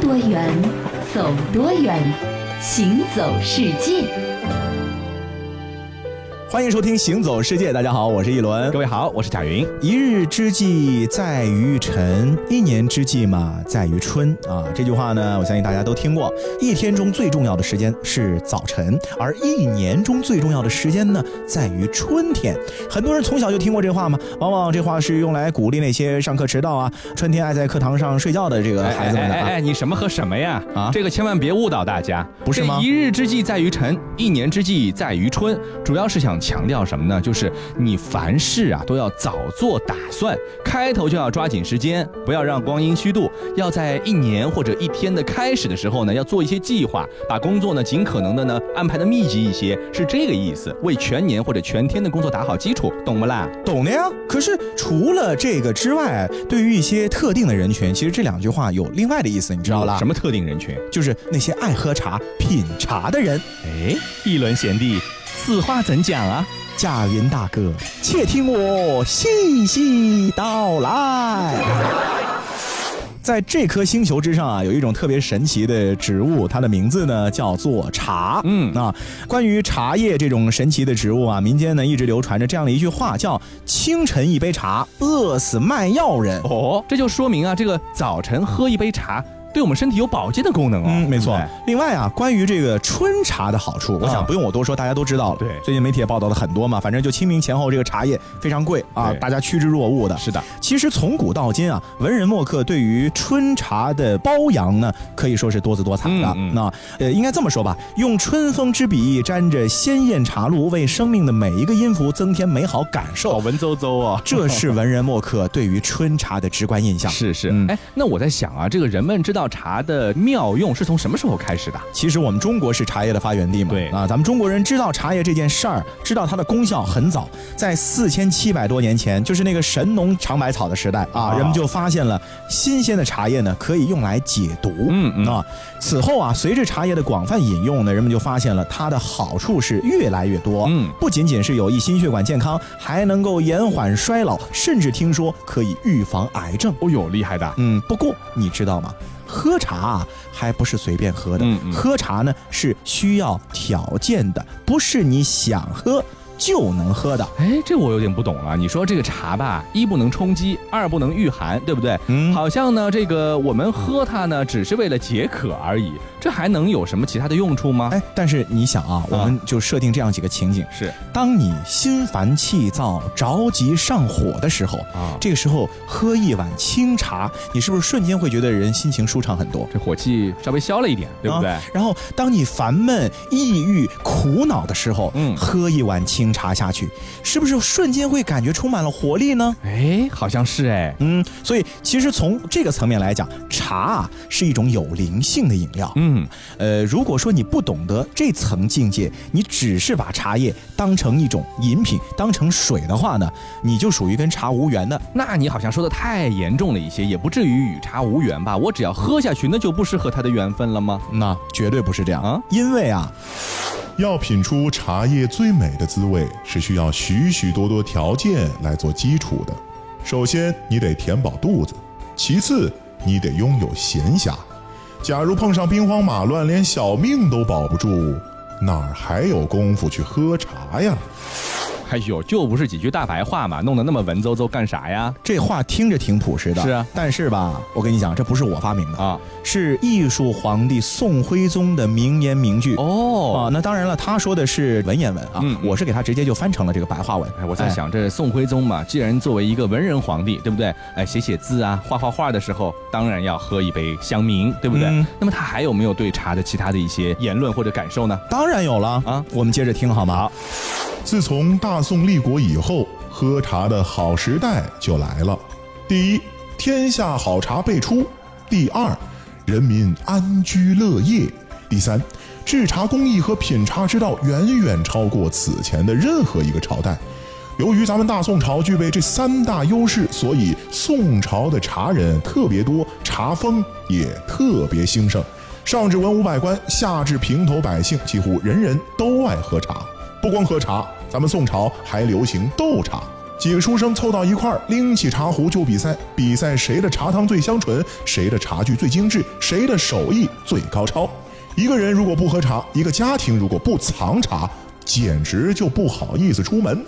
多远，走多远，行走世界。欢迎收听《行走世界》，大家好，我是一轮各。位好，我是贾云。一日之计在于晨，一年之计嘛在于春啊。这句话呢，我相信大家都听过。一天中最重要的时间是早晨，而一年中最重要的时间呢，在于春天。很多人从小就听过这话嘛，往往这话是用来鼓励那些上课迟到啊、春天爱在课堂上睡觉的这个孩子们的哎哎啊。哎，你什么和什么呀？啊这个千万别误导大家，不是吗这一日之计在于晨，一年之计在于春，主要是想强调什么呢？就是你凡事啊都要早做打算，开头就要抓紧时间，不要让光阴虚度，要在一年或者一天的开始的时候呢，要做一些计划，把工作呢尽可能的呢安排的密集一些，是这个意思，为全年或者全天的工作打好基础，懂不啦？懂的呀。可是除了这个之外，对于一些特定的人群，其实这两句话有另外的意思，你知道啦？什么特定人群？就是那些爱喝茶、品茶的人。哎，一轮贤弟，此话怎讲啊？驾云大哥，且听我细细道来。 在这颗星球之上啊，有一种特别神奇的植物，它的名字呢叫做茶。嗯啊，关于茶叶这种神奇的植物啊，民间呢一直流传着这样的一句话，叫“清晨一杯茶，饿死卖药人”。哦，这就说明啊，这个早晨喝一杯茶对我们身体有保健的功能哦。嗯，没错哎。另外啊，关于这个春茶的好处，我想嗯不用我多说，大家都知道了。对最近媒体也报道了很多嘛，反正就清明前后这个茶叶非常贵啊，对大家趋之若鹜的。是的，其实从古到今啊，文人墨客对于春茶的褒扬呢，可以说是多姿多彩的。嗯嗯那呃，应该这么说吧，用春风之笔沾着鲜艳茶露，为生命的每一个音符增添美好感好受。文绉绉哦。这是文人墨客对于春茶的直观印象。是是嗯，哎、那我在想啊，这个人们知道茶的妙用是从什么时候开始的？其实我们中国是茶叶的发源地嘛，对啊，咱们中国人知道茶叶这件事儿，知道它的功效很早，在四千七百多年前，就是那个神农尝百草的时代啊，啊人们就发现了新鲜的茶叶呢可以用来解毒，嗯嗯啊，此后啊，随着茶叶的广泛饮用呢，人们就发现了它的好处是越来越多，嗯不仅仅是有益心血管健康，还能够延缓衰老，甚至听说可以预防癌症。哦哟，厉害的！嗯，不过你知道吗？喝茶啊，还不是随便喝的。嗯嗯喝茶呢是需要条件的，不是你想喝就能喝的。哎，这我有点不懂了。你说这个茶吧，一不能充饥，二不能御寒，对不对？嗯好像呢，这个我们喝它呢，只是为了解渴而已，这还能有什么其他的用处吗？哎，但是你想啊，我们就设定这样几个情景：是当你心烦气躁、着急上火的时候，啊，这个时候喝一碗清茶，你是不是瞬间会觉得人心情舒畅很多？这火气稍微消了一点，对不对？啊然后，当你烦闷、抑郁、苦恼的时候，嗯喝一碗清茶下去，是不是瞬间会感觉充满了活力呢？哎，好像是哎。嗯，所以其实从这个层面来讲，茶啊是一种有灵性的饮料。嗯，呃，如果说你不懂得这层境界，你只是把茶叶当成一种饮品，当成水的话呢，你就属于跟茶无缘的。那你好像说的太严重了一些，也不至于与茶无缘吧？我只要喝下去，那就不是和他的缘分了吗？那绝对不是这样啊因为啊，要品出茶叶最美的滋味，是需要许许多多条件来做基础的。首先，你得填饱肚子；其次，你得拥有闲暇。假如碰上兵荒马乱，连小命都保不住，哪儿还有功夫去喝茶呀？哎呦，就不是几句大白话嘛，弄得那么文绉绉干啥呀？这话听着挺朴实的，是啊但是吧，我跟你讲，这不是我发明的，啊，是艺术皇帝宋徽宗的名言名句。啊，哦，那当然了，他说的是文言文啊，嗯嗯我是给他直接就翻成了这个白话文。哎，我在想，这宋徽宗嘛，既然作为一个文人皇帝，对不对？哎，写写字啊，画画画的时候，当然要喝一杯香茗，对不对？嗯那么他还有没有对茶的其他的一些言论或者感受呢？当然有了啊啊，我们接着听好吗？好自从大宋立国以后，喝茶的好时代就来了。第一，天下好茶辈出；第二，人民安居乐业；第三，制茶工艺和品茶之道远远超过此前的任何一个朝代。由于咱们大宋朝具备这三大优势，所以宋朝的茶人特别多，茶风也特别兴盛。上至文武百官，下至平头百姓，几乎人人都爱喝茶。不光喝茶，咱们宋朝还流行斗茶。几个书生凑到一块儿，拎起茶壶就比赛，比赛谁的茶汤最香醇，谁的茶具最精致，谁的手艺最高超。一个人如果不喝茶，一个家庭如果不藏茶，简直就不好意思出门。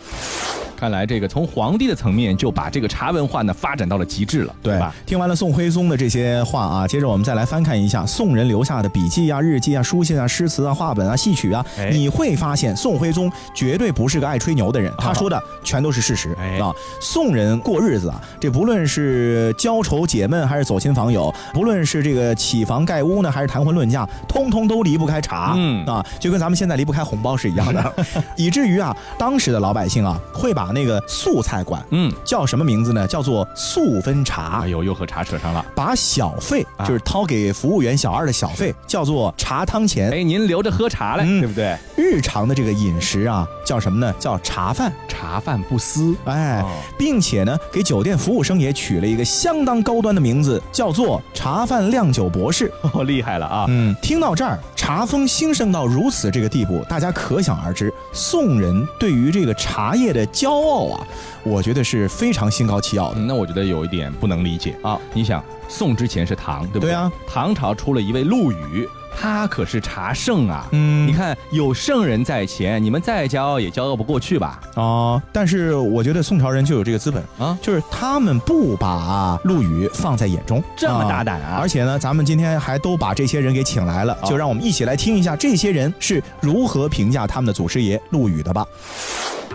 看来这个从皇帝的层面就把这个茶文化呢发展到了极致了，对吧？听完了宋徽宗的这些话啊，接着我们再来翻看一下宋人留下的笔记啊、日记啊、书信啊、诗词啊、画本啊、戏曲啊，哎你会发现宋徽宗绝对不是个爱吹牛的人，他啊说的全都是事实、哎啊。宋人过日子啊，这不论是交愁解闷还是走亲访友，不论是这个起房盖屋呢，还是谈婚论嫁，通通都离不开茶，嗯啊，就跟咱们现在离不开红包是一样的， 以至于啊，当时的老百姓啊，会把那个素菜馆。嗯，叫什么名字呢？叫做素分茶哎。呦，又和茶扯上了。把小费，啊就是掏给服务员小二的小费，叫做茶汤钱。哎，您留着喝茶嘞，嗯对不对？日常的这个饮食啊，叫什么呢？叫茶饭。茶饭 不思，哎，哦并且呢，给酒店服务生也取了一个相当高端的名字，叫做茶饭酿酒博士。哦，厉害了啊！嗯，听到这儿，茶风兴盛到如此这个地步，大家可想而知，宋人对于这个茶叶的骄傲啊，我觉得是非常心高气傲的。嗯那我觉得有一点不能理解啊！你想，宋之前是唐，对不对？对啊唐朝出了一位陆羽，他可是茶圣啊。嗯你看有圣人在前，你们再骄傲也骄傲不过去吧？哦，但是我觉得宋朝人就有这个资本啊就是他们不把陆羽放在眼中，这么大胆啊而且呢，咱们今天还都把这些人给请来了，哦就让我们一起来听一下这些人是如何评价他们的祖师爷陆羽的吧。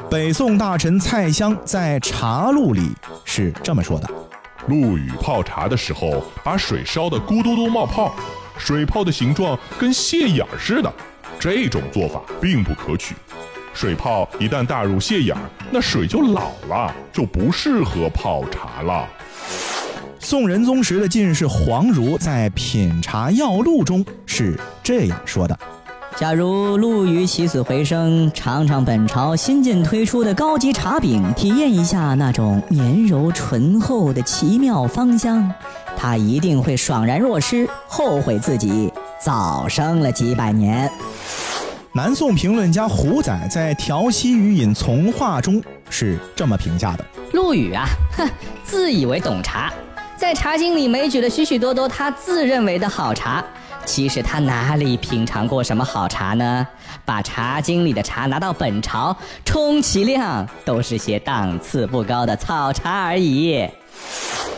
北宋大臣蔡襄在《茶录》里是这么说的陆羽泡茶的时候，把水烧得咕嘟嘟冒泡，水泡的形状跟蟹眼儿似的。这种做法并不可取，水泡一旦大入蟹眼儿，那水就老了，就不适合泡茶了。：“宋仁宗时的进士黄儒在《品茶要录》中是这样说的。”假如陆羽起死回生，尝尝本朝新近推出的高级茶饼，体验一下那种绵柔醇厚的奇妙芳香，他一定会爽然若失，后悔自己早生了几百年。南宋评论家胡载在《调息与饮从话》中是这么评价的。陆羽啊， 哼，自以为懂茶，在《茶经》里枚举了许许多多他自认为的好茶，其实他哪里品尝过什么好茶呢？把《茶经》里的茶拿到本朝，充其量都是些档次不高的草茶而已。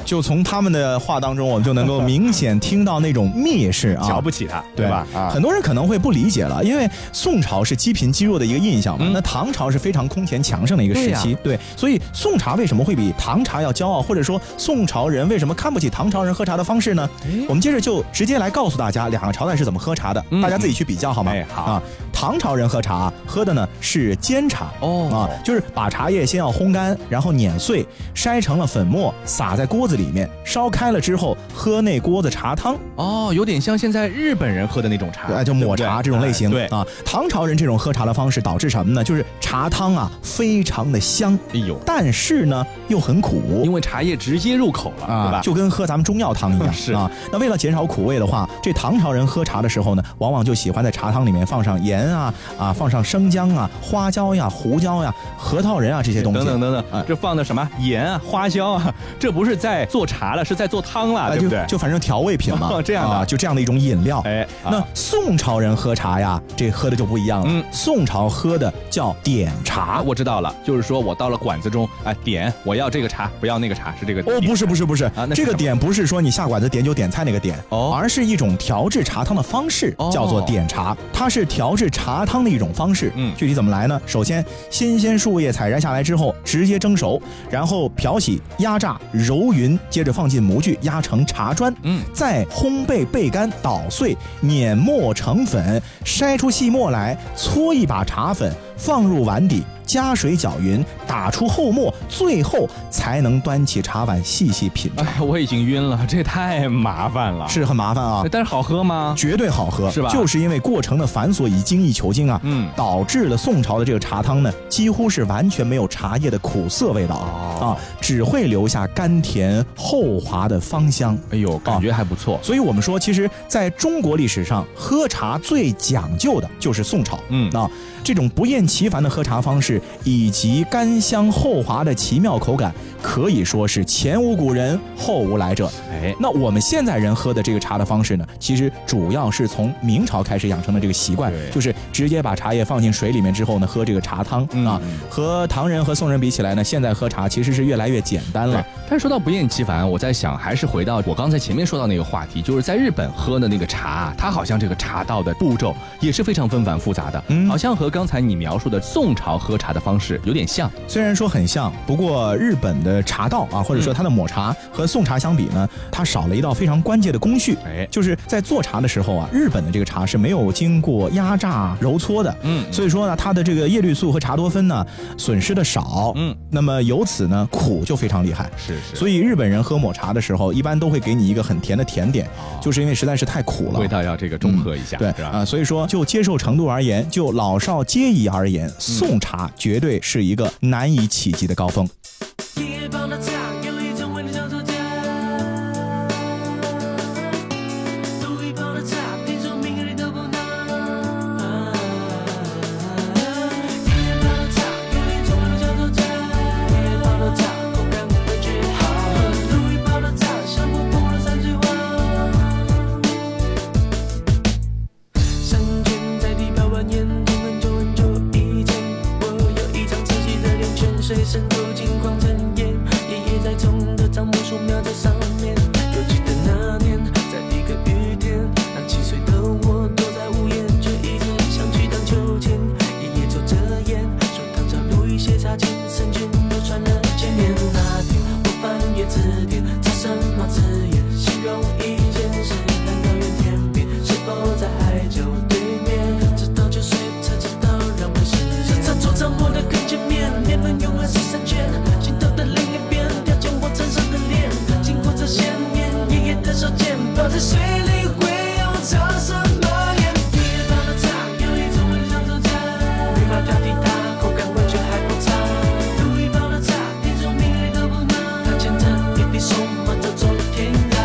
就从他们的话当中，我们就能够明显听到那种蔑视 啊，瞧不起他，对吧？啊，很多人可能会不理解了，因为宋朝是积贫积弱的一个印象嘛，嗯那唐朝是非常空前强盛的一个时期，对，所以宋茶为什么会比唐茶要骄傲，或者说宋朝人为什么看不起唐朝人喝茶的方式呢？我们接着就直接来告诉大家两个朝代是怎么喝茶的，嗯大家自己去比较好吗？哎好啊，唐朝人喝茶喝的呢是煎茶，哦啊，就是把茶叶先要烘干，然后碾碎，筛成了粉末，撒在锅子里面，烧开了之后喝那锅子茶汤，哦，有点像现在日本人喝的那种茶，哎，就抹茶这对不对种类型。哎对，啊，唐朝人这种喝茶的方式导致什么呢？就是茶汤啊非常的香，哎呦，但是呢又很苦啊因为茶叶直接入口了，对吧？就跟喝咱们中药汤一样是啊。那为了减少苦味的话，这唐朝人喝茶的时候呢，往往就喜欢在茶汤里面放上盐啊啊，放上生姜啊、花椒呀、胡椒呀、核桃仁啊这些东西。等等等哎等，这放的什么盐啊、花椒啊，这不是在做茶了，是在做汤了，啊，对就不对？就反正调味品嘛 ，这样的啊，就这样的一种饮料。哎，啊那宋朝人喝茶呀，这喝的就不一样了。嗯宋朝喝的叫点啊，茶。我知道了，就是说我到了馆子中，哎，点我要这个茶，不要那个茶，是这个。啊哦，不是不是不是，那是这什个么点不是说你下馆子点酒点菜那个点，哦而是一种调制茶汤的方式，哦叫做点茶。它是调制茶汤的一种方式。嗯具体怎么来呢？首先，新鲜树叶采摘下来之后，直接蒸熟，然后漂洗、压榨、揉匀，接着放进模具压成茶砖。嗯，再烘焙焙干，捣碎，碾末成粉，筛出细末来，搓一把茶粉，放入碗底，加水搅匀，打出厚沫，最后才能端起茶碗细细品尝，哎，我已经晕了，这 也太麻烦了。，是很麻烦啊。但是好喝吗？绝对好喝，哎是吧就是因为过程的繁琐以精益求精啊，嗯导致了宋朝的这个茶汤呢，几乎是完全没有茶叶的苦涩味道啊。哦啊，只会留下甘甜后滑的芳香。哎呦，感觉还不错。所以我们说，其实在中国历史上，喝茶最讲究的就是宋朝。嗯啊，这种不厌其烦的喝茶方式，以及甘香后滑的奇妙口感，可以说是前无古人后无来者。哎，那我们现在人喝的这个茶的方式呢，其实主要是从明朝开始养成的这个习惯对，就是直接把茶叶放进水里面之后呢，喝这个茶汤、嗯啊。和唐人和宋人比起来呢，现在喝茶其实是越来越简单对了。，但是哎说到不厌其烦，我在想，还是回到我刚才前面说到那个话题，就是在日本喝的那个茶，它好像这个茶道的步骤也是非常纷繁复杂的，嗯好像和刚才你描述的宋朝喝茶的方式有点像。虽然说很像，不过日本的茶道啊，或者说它的抹茶和宋茶相比呢，它少了一道非常关键的工序。嗯哎，就是在做茶的时候啊，日本的这个茶是没有经过压榨、揉搓的，嗯所以说呢，它的这个叶绿素和茶多酚呢，损失的少，嗯，那么由此呢，苦就非常厉害。是是所以日本人喝抹茶的时候，一般都会给你一个很甜的甜点，啊就是因为实在是太苦了，味道要这个中和一下，对是吧？啊、所以说就接受程度而言，就老少皆宜而言，嗯宋茶绝对是一个难以企及的高峰。一棒的架，给了一枪，为你上上肩。赌一棒的架，听说明个你都不难。一棒的架，给了一枪，为你上上肩。一棒的架，口感不会最好。赌一棒的架，像我不能三句话。商圈在地飘蜿蜒，从很久很久以前，我有一张自己的脸，泉水渗透金黄成烟，爷爷在种的樟木树苗在上面。犹记得那年，在一个雨天，那七岁的我躲在屋檐，却一直想去荡秋千。爷爷抽着烟，说唐朝路易写下情深卷，流传了千年。那天我翻阅字典，查什么字眼形容一件事？难道怨天边？是否在海角对面？直到秋水车，直到让我失眠。这座场我的更见面，年轮永远是三圈，镜头的另一边，雕见我真实的脸，经过这些年，爷爷的手剑，泡在水里会用长什么眼？别把它擦，有一种味像作家，没法挑剔它，口感味觉还不差。故意泡的茶，听说命里都不难，它牵着一匹松马走走了天涯。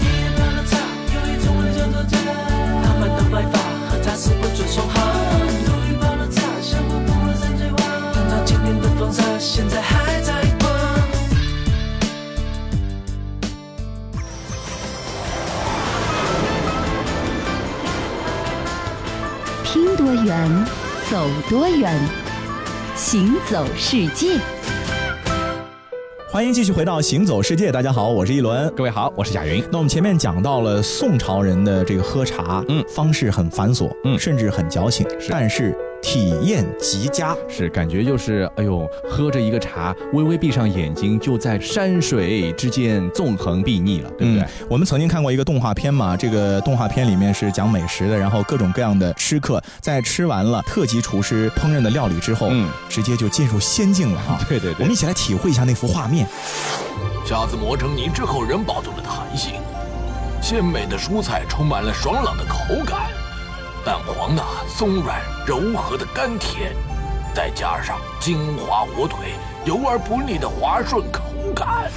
别把它擦，有一种味像作家，他们的白发和茶是不准说好。故意泡的茶，像我不能山水画，看到今年的风沙，现在还在刮。听多远，走多远，行走世界。欢迎继续回到《行走世界》，大家好，我是一轮。各位好，我是贾云。那我们前面讲到了宋朝人的这个喝茶，嗯方式很繁琐，嗯甚至很矫情，是但是体验极佳。是感觉就是，哎呦，喝着一个茶，微微闭上眼睛，就在山水之间纵横睥睨了，对不对？嗯？我们曾经看过一个动画片嘛，这个动画片里面是讲美食的，然后各种各样的吃客在吃完了特级厨师烹饪的料理之后，嗯直接就进入仙境了啊！ 对对对我们一起来体会一下那幅画面。虾子磨成泥之后，仍保住了弹性，鲜美的蔬菜充满了爽朗的口感，蛋黄的松软柔和的甘甜，再加上金华火腿油而不腻的滑顺口感，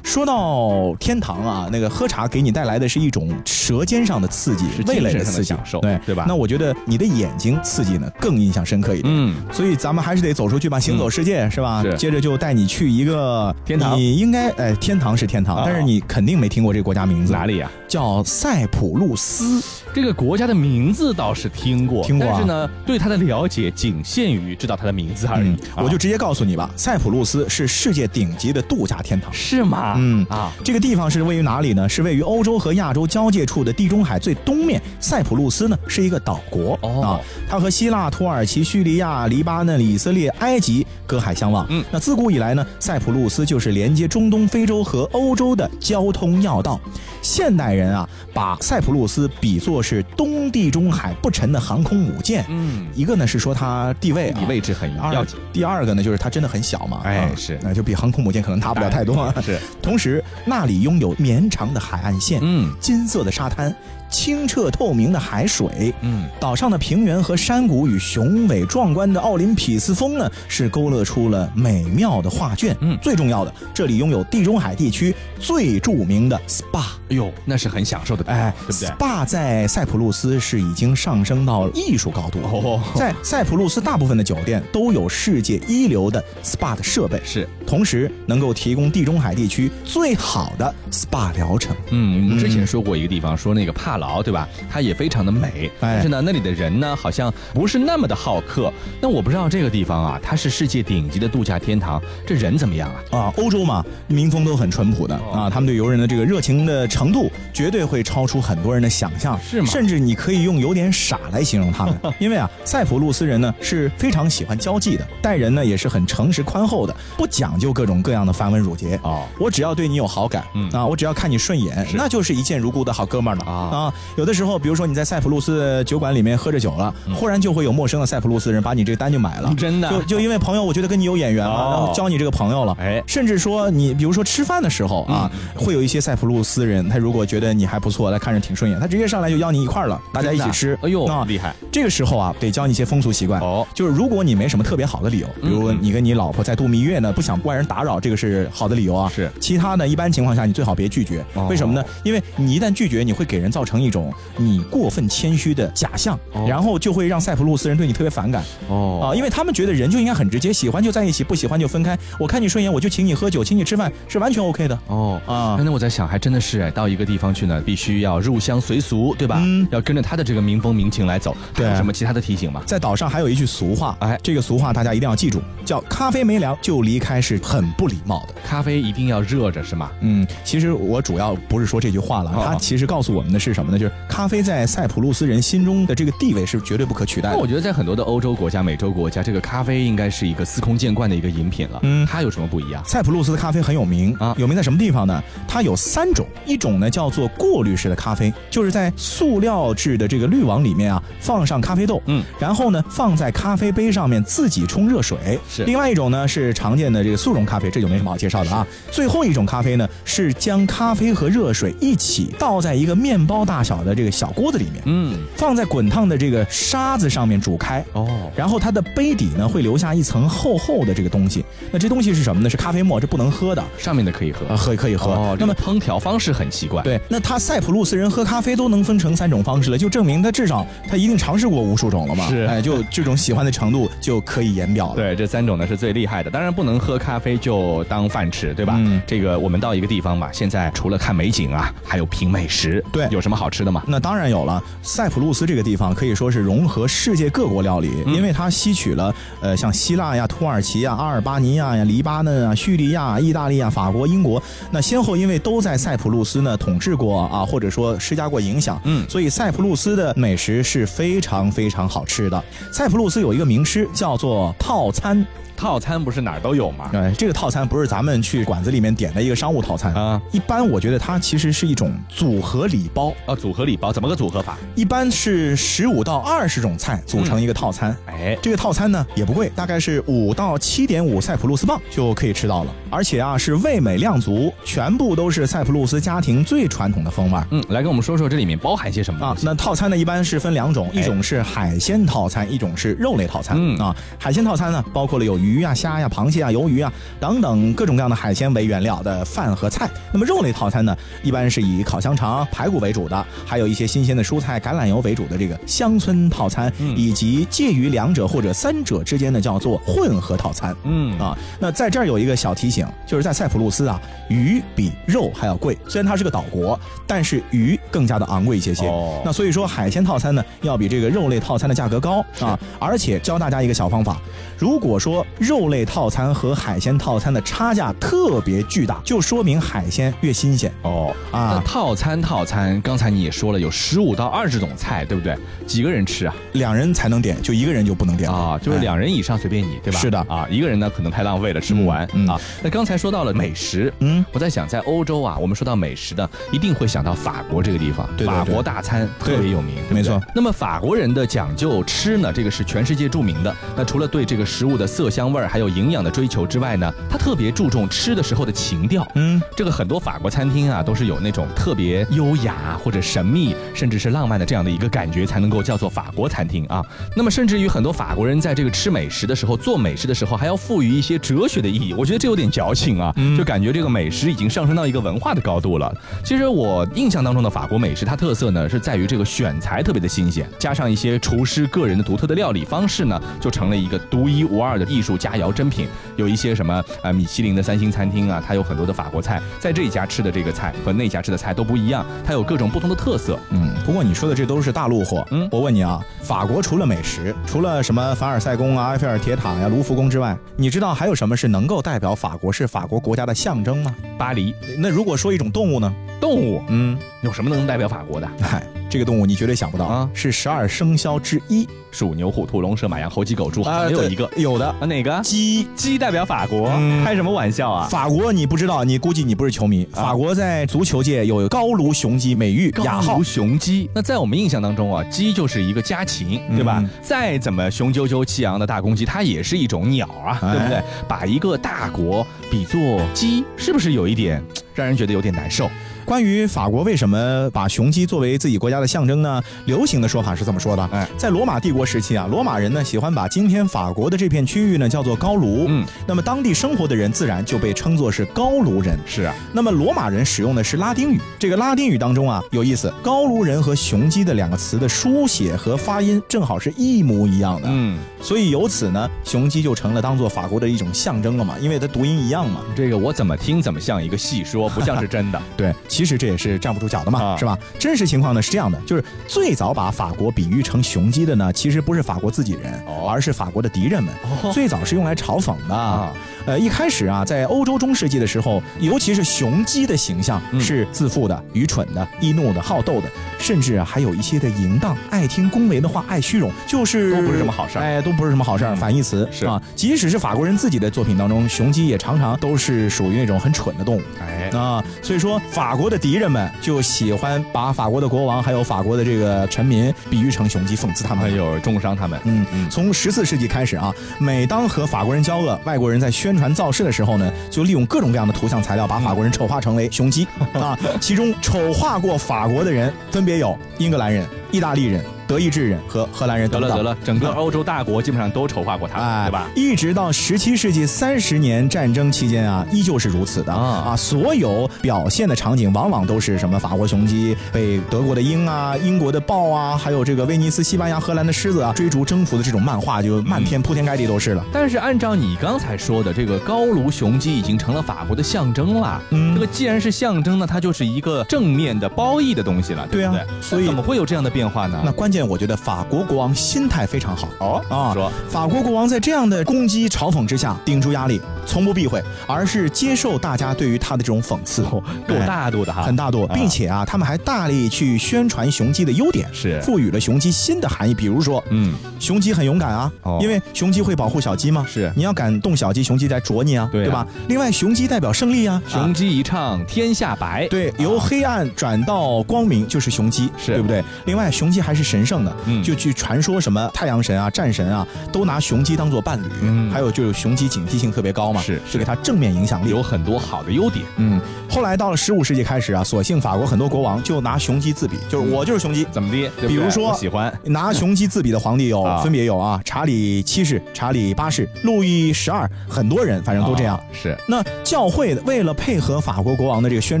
说到天堂啊，那个喝茶给你带来的是一种舌尖上的刺激，是精神味蕾上的刺激，享受对对吧那我觉得你的眼睛刺激呢更印象深刻一点。嗯，所以咱们还是得走出去吧，行走世界、是吧？是接着就带你去一个天堂你应该哎，天堂是天堂，啊但是你肯定没听过这个国家名字，哪里呀、叫塞浦路斯？嗯这个国家的名字倒是听过，听过啊但是呢，对它的了解仅限于知道它的名字而已。嗯，我啊就直接告诉你吧，塞浦路斯是世界顶级的度假天堂。是吗？嗯啊，这个地方是位于哪里呢？是位于欧洲和亚洲交界处的地中海最东面。塞浦路斯呢是一个岛国、哦啊，它和希腊、土耳其、叙利亚、黎巴嫩、以色列、埃及隔海相望。嗯那自古以来呢，塞浦路斯就是连接中东、非洲和欧洲的交通要道。现代人啊，把塞浦路斯比作是东地中海不沉的航空母舰。嗯，一个呢是说它地位、啊，你位置很要二紧，第二个呢，就是它真的很小嘛，哎啊是那就比航空母舰可能大不了太多。 啊是，同时那里拥有绵长的海岸线，嗯金色的沙滩，清澈透明的海水，嗯，岛上的平原和山谷与雄伟壮观的奥林匹斯峰呢，是勾勒出了美妙的画卷。嗯最重要的，这里拥有地中海地区最著名的 SPA。哎呦，那是很享受的地方，哎，对不对？ ？SPA 在塞浦路斯是已经上升到艺术高度了哦在塞浦路斯大部分的酒店都有世界一流的 SPA 的设备，是，同时能够提供地中海地区最好的 SPA 疗程。嗯，我们之前嗯说过一个地方，说那个帕劳，对吧？它也非常的美，哎但是呢，那里的人呢，好像不是那么的好客。那我不知道这个地方啊，它是世界顶级的度假天堂，这人怎么样啊？啊，欧洲嘛，民风都很淳朴的、哦啊，他们对游人的这个热情的程度，绝对会超出很多人的想象，是吗甚至你可以用有点傻来形容他 们，因为啊，塞浦路斯人呢是非常喜欢交际的，待人呢也是很诚实宽厚的，不讲究各种各样的繁文缛节。哦，我只要对你有好感，嗯啊，我只要看你顺眼，是那就是一见如故的好哥们儿了啊有的时候，比如说你在塞浦路斯酒馆里面喝着酒了，忽然就会有陌生的塞浦路斯人把你这个单就买了，嗯真的啊就就因为朋友，我觉得跟你有眼缘了，哦然后交你这个朋友了，哎嗯甚至说你比如说吃饭的时候啊，会有一些塞浦路斯人，他如果觉得你还不错，他看着挺顺眼，他直接上来就邀你一块儿了，大家一起吃，哎呦啊，厉害！这个时候啊，得教你一些风俗习惯。哦就是如果你没什么特别好的理由，比如嗯嗯嗯你跟你老婆在度蜜月呢，不想外人打扰，这个是好的理由啊。是其他呢，一般情况下你最好别拒绝。哦为什么呢？因为你一旦拒绝，你会给人造成一种你过分谦虚的假象，哦然后就会让塞浦路斯人对你特别反感。啊、哦，因为他们觉得人就应该很直接，喜欢就在一起，不喜欢就分开。我看你顺眼，我就请你喝酒，请你吃饭，是完全 OK 的。哦啊那我在想，还真的是哎，到一个地方去呢，必须要入乡随俗，对吧？嗯要跟着他的这个民风民情来走。还对有啊什么其他的提醒吗？在岛上还有一句俗话，哎这个俗话大家一定要记住，叫“咖啡没凉就离开”，是很不礼貌的。咖啡一定要热着，是吗？嗯，其实我主要不是说这句话了，哦它其实告诉我们的是什么呢？就是咖啡在塞浦路斯人心中的这个地位是绝对不可取代那我的。觉得在很多的欧洲国家、美洲国家，这个咖啡应该是一个司空见惯的一个饮品了。嗯它有什么不一样？塞浦路斯的咖啡很有名啊有名在什么地方呢？它有三种，一种呢叫做过滤式的咖啡，就是在塑料制的这个滤网里面啊放上咖啡豆，嗯，然后呢放在咖啡杯上面自己冲热水。是另外一种呢是常见的这个速溶咖啡，这就没什么好介绍的啊。最后一种咖啡呢是将咖啡和热水一起倒在一个面包大小的这个小锅子里面，嗯，放在滚烫的这个沙子上面煮开，哦，然后它的杯底呢会留下一层厚厚的这个东西。那这东西是什么呢？是咖啡沫，这不能喝的，上面的可以喝啊，。喝可以喝。哦，那那么么烹调方式很奇怪。，对，那他塞浦路斯人喝咖啡都能分成三种方式了，就证明他至少他一定尝试过无数种了嘛。是哎，就这种喜欢的程度就可以言表了。对，这三种呢是最厉害的。当然不能喝咖啡就当饭吃，对吧？嗯这个我们到一个地方吧，现在除了看美景啊，还有品美食。对有什么好吃的吗？那当然有了，塞浦路斯这个地方可以说是融合世界各国料理，嗯因为它吸取了呃像希腊呀、土耳其呀、阿尔巴尼亚呀、黎巴嫩啊、叙利亚、意大利啊、法国、英国，那先后因为都在塞浦路斯呢统治过啊，或者说施加过影响，嗯所以塞浦路斯的美食是非常非常好吃的。塞浦路斯有一个名师叫做套餐，套餐不是哪儿都有吗？呃，这个套餐不是咱们去馆子里面点的一个商务套餐啊一般我觉得它其实是一种组合礼包。哦，组合礼包怎么个组合法？一般是十五到二十种菜组成一个套餐。哎，这个套餐呢也不贵，大概是五到七点五塞浦路斯镑就可以吃到了，而且啊是味美量足，全部都是塞浦路斯家庭最传统的风味儿嗯，来跟我们说说这里面包含些什么啊东。西那套餐呢一般是分两种，一种是海鲜套餐，一种是肉类套餐。哎嗯啊，海鲜套餐呢包括了有鱼啊、虾呀、螃蟹啊、鱿鱼啊等等各种各样的海鲜为原料的饭和菜。那么肉类套餐呢，一般是以烤香肠、排骨为主的，还有一些新鲜的蔬菜、橄榄油为主的这个乡村套餐，嗯以及介于两者或者三者之间的叫做混合套餐。嗯啊，那在这儿有一个小提醒，就是在塞浦路斯啊，鱼比肉还要贵。虽然它是个岛国，但是鱼更加的昂贵一些些。哦那所以说海鲜套餐呢，要比这个肉类套餐的价格高啊。而且教大家一个小方法，如果说肉类套餐和海鲜套餐的差价特别巨大，就说明海鲜越新鲜。哦啊那套餐套餐，刚才你也说了，有十五到二十种菜，对不对？几个人吃啊？两人才能点，就一个人就不能点啊，就是哎两人以上随便你，对吧？是的啊，一个人呢可能太浪费了，吃不完、嗯嗯啊。那刚才说到了美食，嗯，我在想，在欧洲啊，我们说到美食呢，一定会想到法国这个地方，对对对法国大餐特别有名，对不对没错。那么法国人的讲究吃呢，这个是全世界著名的。那除了对这个食物的色香味儿还有营养的追求之外呢，他特别注重吃的时候的情调。嗯，这个很多法国餐厅啊，都是有那种特别优雅或者神秘，甚至是浪漫的这样的一个感觉，才能够叫做法国餐厅啊。那么，甚至于很多法国人在这个吃美食的时候、做美食的时候，还要赋予一些哲学的意义。我觉得这有点矫情啊，嗯就感觉这个美食已经上升到一个文化的高度了。其实我印象当中的法国美食，它特色呢是在于这个选材特别的新鲜，加上一些厨师个人的独特的料理方式呢，就成了一个独一无二的艺术佳肴珍品。有一些什么呃米其林的三星餐厅啊，它有很多的法国菜，在这一家吃的这个菜和那家吃的菜都不一样，它有各种不同的特色。嗯，不过你说的这都是大陆货。嗯我问你啊，法国除了美食，除了什么凡尔赛宫啊、埃菲尔铁塔呀、卢浮宫之外，你知道还有什么是能够代表法国是法国国家的象征吗？巴黎那如果说一种动物呢？动物 嗯，有什么能代表法国的？ 嗨，这个动物你绝对想不到啊是十二生肖之一。鼠、牛、虎、兔、龙、蛇、马、羊、猴、鸡、狗、猪，好 像啊也有对一个有的啊，哪个？鸡。鸡代表法国，嗯开什么玩笑啊！法国你不知道，你估计你不是球迷。啊法国在足球界有高卢雄鸡美誉雅雅号豪，雄鸡，那在我们印象当中啊，鸡就是一个家禽，对吧？嗯再怎么雄赳赳气昂的大公鸡，它也是一种鸟啊，哎对不对？把一个大国比作鸡，是不是有一点嘖让人觉得有点难受？关于法国为什么把雄鸡作为自己国家的象征呢？流行的说法是这么说的：哎在罗马帝国时期啊，罗马人呢喜欢把今天法国的这片区域呢叫做高卢，嗯，那么当地生活的人自然就被称作是高卢人。是啊，那么罗马人使用的是拉丁语，这个拉丁语当中啊有意思，高卢人和雄鸡的两个词的书写和发音正好是一模一样的，嗯，所以由此呢，雄鸡就成了当做法国的一种象征了嘛，因为它读音一样嘛。这个我怎么听怎么像一个戏说，不像是真 的。对，其实这也是站不住脚的嘛，啊是吧？真实情况呢是这样的，就是最早把法国比喻成雄鸡的呢，其实不是法国自己人，哦而是法国的敌人们。最早是用来嘲讽的。啊呃，一开始啊，在欧洲中世纪的时候，尤其是雄鸡的形象嗯是自负的、愚蠢的、易怒的、好斗的，甚至啊还有一些的淫荡、爱听恭维的话、爱虚荣，就是都不是什么好事儿嗯哎，都不是什么好事儿，反义词是啊。即使是法国人自己的作品当中，雄鸡也常常都是属于那种很蠢的动物。哎，啊，所以说法国的敌人们就喜欢把法国的国王还有法国的这个臣民比喻成雄鸡，讽刺他还们。有重伤他们。嗯，从十四世纪开始啊，每当和法国人交恶，外国人在宣传造势的时候呢，就利用各种各样的图像材料，把法国人丑化成为雄 鸡啊。其中丑化过法国的人分别有英格兰人、意大利人、德意志人和荷兰人得等了等。得了，整个欧洲大国基本上都丑化过他，哎，对吧？？一直到十七世纪三十年战争期间啊，依旧是如此的啊啊所有表现的场景往往都是什么法国雄鸡被德国的鹰啊、英国的豹啊，还有这个威尼斯、西班牙、荷兰的狮子啊追逐征服的这种漫画，就漫天铺天盖地都是了。但是按照你刚才说的，这个高卢雄鸡已经成了法国的象征了。嗯这个既然是象征呢，它就是一个正面的褒义的东西了，对不啊对？所以那怎么会有这样的变化那呢？关键，我觉得法国国王心态非常好。哦啊说法国国王在这样的攻击、嘲讽之下，顶住压力，从不避讳，而是接受大家对于他的这种讽刺，够哎大度的哈，很大度，啊并且啊，他们还大力去宣传雄鸡的优点，是赋予了雄鸡新的含义。比如说，嗯，雄鸡很勇敢啊哦，因为雄鸡会保护小鸡嘛，是你要敢动小鸡，雄鸡来啄你啊，对啊对吧？另外，雄鸡代表胜利啊，雄啊。鸡一唱天下白，对，由啊黑暗转到光明就是雄鸡，是对不对？另外，雄鸡还是神圣的，嗯就据传说什么太阳神啊、战神啊，都拿雄鸡当做伴侣。嗯还有就是雄鸡警惕性特别高嘛，是就给它正面影响力。有很多好的优点，嗯，后来到了十五世纪开始啊，索性法国很多国王就拿雄鸡自比，就是我就是雄鸡。怎么的？对不对比如说我喜欢拿雄鸡自比的皇帝有，啊分别有啊，查理七世、查理八世、路易十二，很多人，反正都这样。啊是那教会为了配合法国国王的这个宣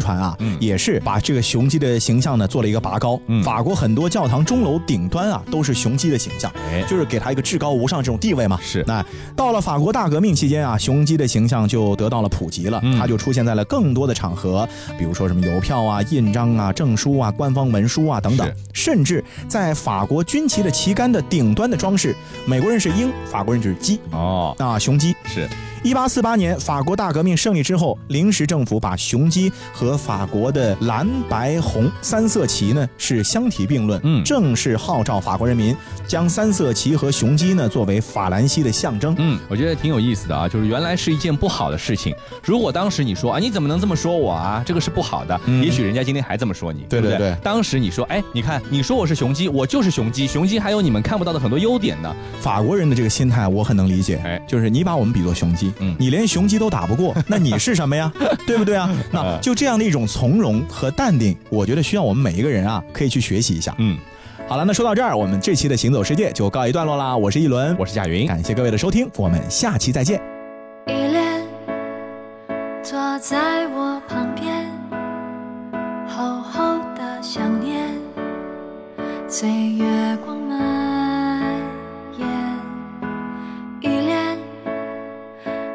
传啊，嗯也是把这个雄鸡的形象呢做了一个拔高。嗯法国很多教堂钟楼顶端啊都是雄鸡的形象，哎就是给他一个至高无上这种地位嘛。是那到了法国大革命期间啊，雄鸡的形象就得到了普及了，嗯它就出现在了更多的场合，比如说什么邮票啊、印章啊、证书啊、官方文书啊等等是，甚至在法国军旗的旗杆的顶端的装饰，美国人是鹰，法国人就是鸡哦啊，雄鸡。是一八四八年法国大革命胜利之后，临时政府把雄鸡和法国的蓝白红三色旗呢是相提并论，嗯正式号召法国人民将三色旗和雄鸡呢作为法兰西的象征。嗯，我觉得挺有意思的啊，就是原来是一件不好的事情。如果当时你说啊，你怎么能这么说我啊？这个是不好的，嗯也许人家今天还这么说你，对不对对当时你说，哎，你看你说我是雄鸡，我就是雄鸡，雄鸡还有你们看不到的很多优点呢。法国人的这个心态我很能理解，哎就是你把我们比作雄鸡，嗯你连雄鸡都打不 过，那你是什么呀？对不对啊？那嗯就这样的一种从容和淡定，我觉得需要我们每一个人啊可以去学习一下。嗯，好了，那说到这儿，我们这期的行走世界就告一段落啦。我是一轮，我是贾云，感谢各位的收听，我们下期再见。依恋坐在我旁边，厚厚的想念随月光蔓延。依恋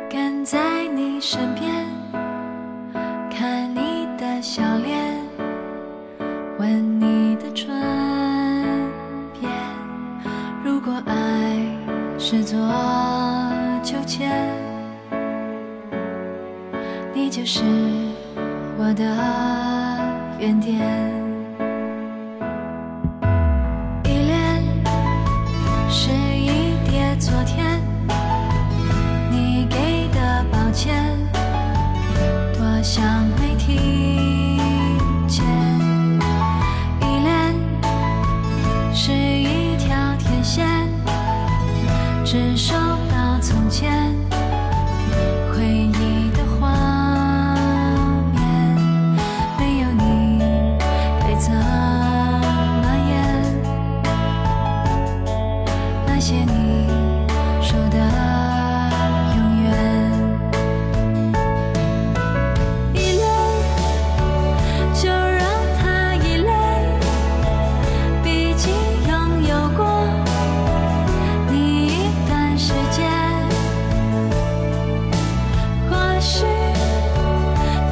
跟在你身边，看你的笑脸，吻你的唇边。如果爱是座秋千。你就是我的原点。依恋是一叠昨天，你给的抱歉，多想没听见。依恋是一条天线，只收到从前。回忆的画面，没有你该怎么演？那些你说的永远，依恋就让它依恋，毕竟拥有过你一段时间。或许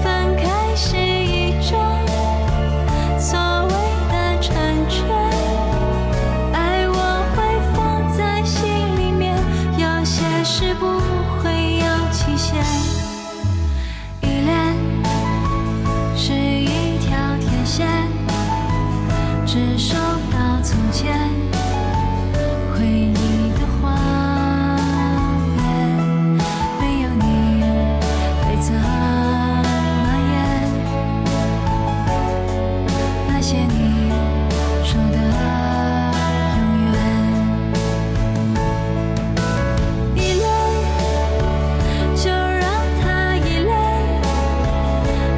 分开是一种所谓的成全，爱我会放在心里面，有些事不会有期限。依恋是一条天线，只收到从前回忆的画面。没有你该怎么演？那些你说的永远，依恋就让它依恋，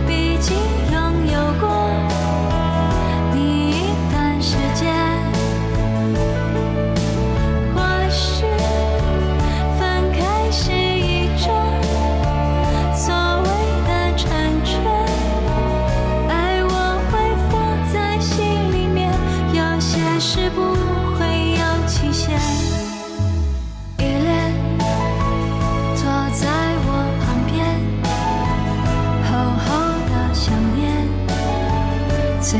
毕竟拥有过你一段时间，或许。分开是一种所谓的成全，爱我会放在心里面，有些事不会有期限。依恋坐在我旁边，厚厚的想念，岁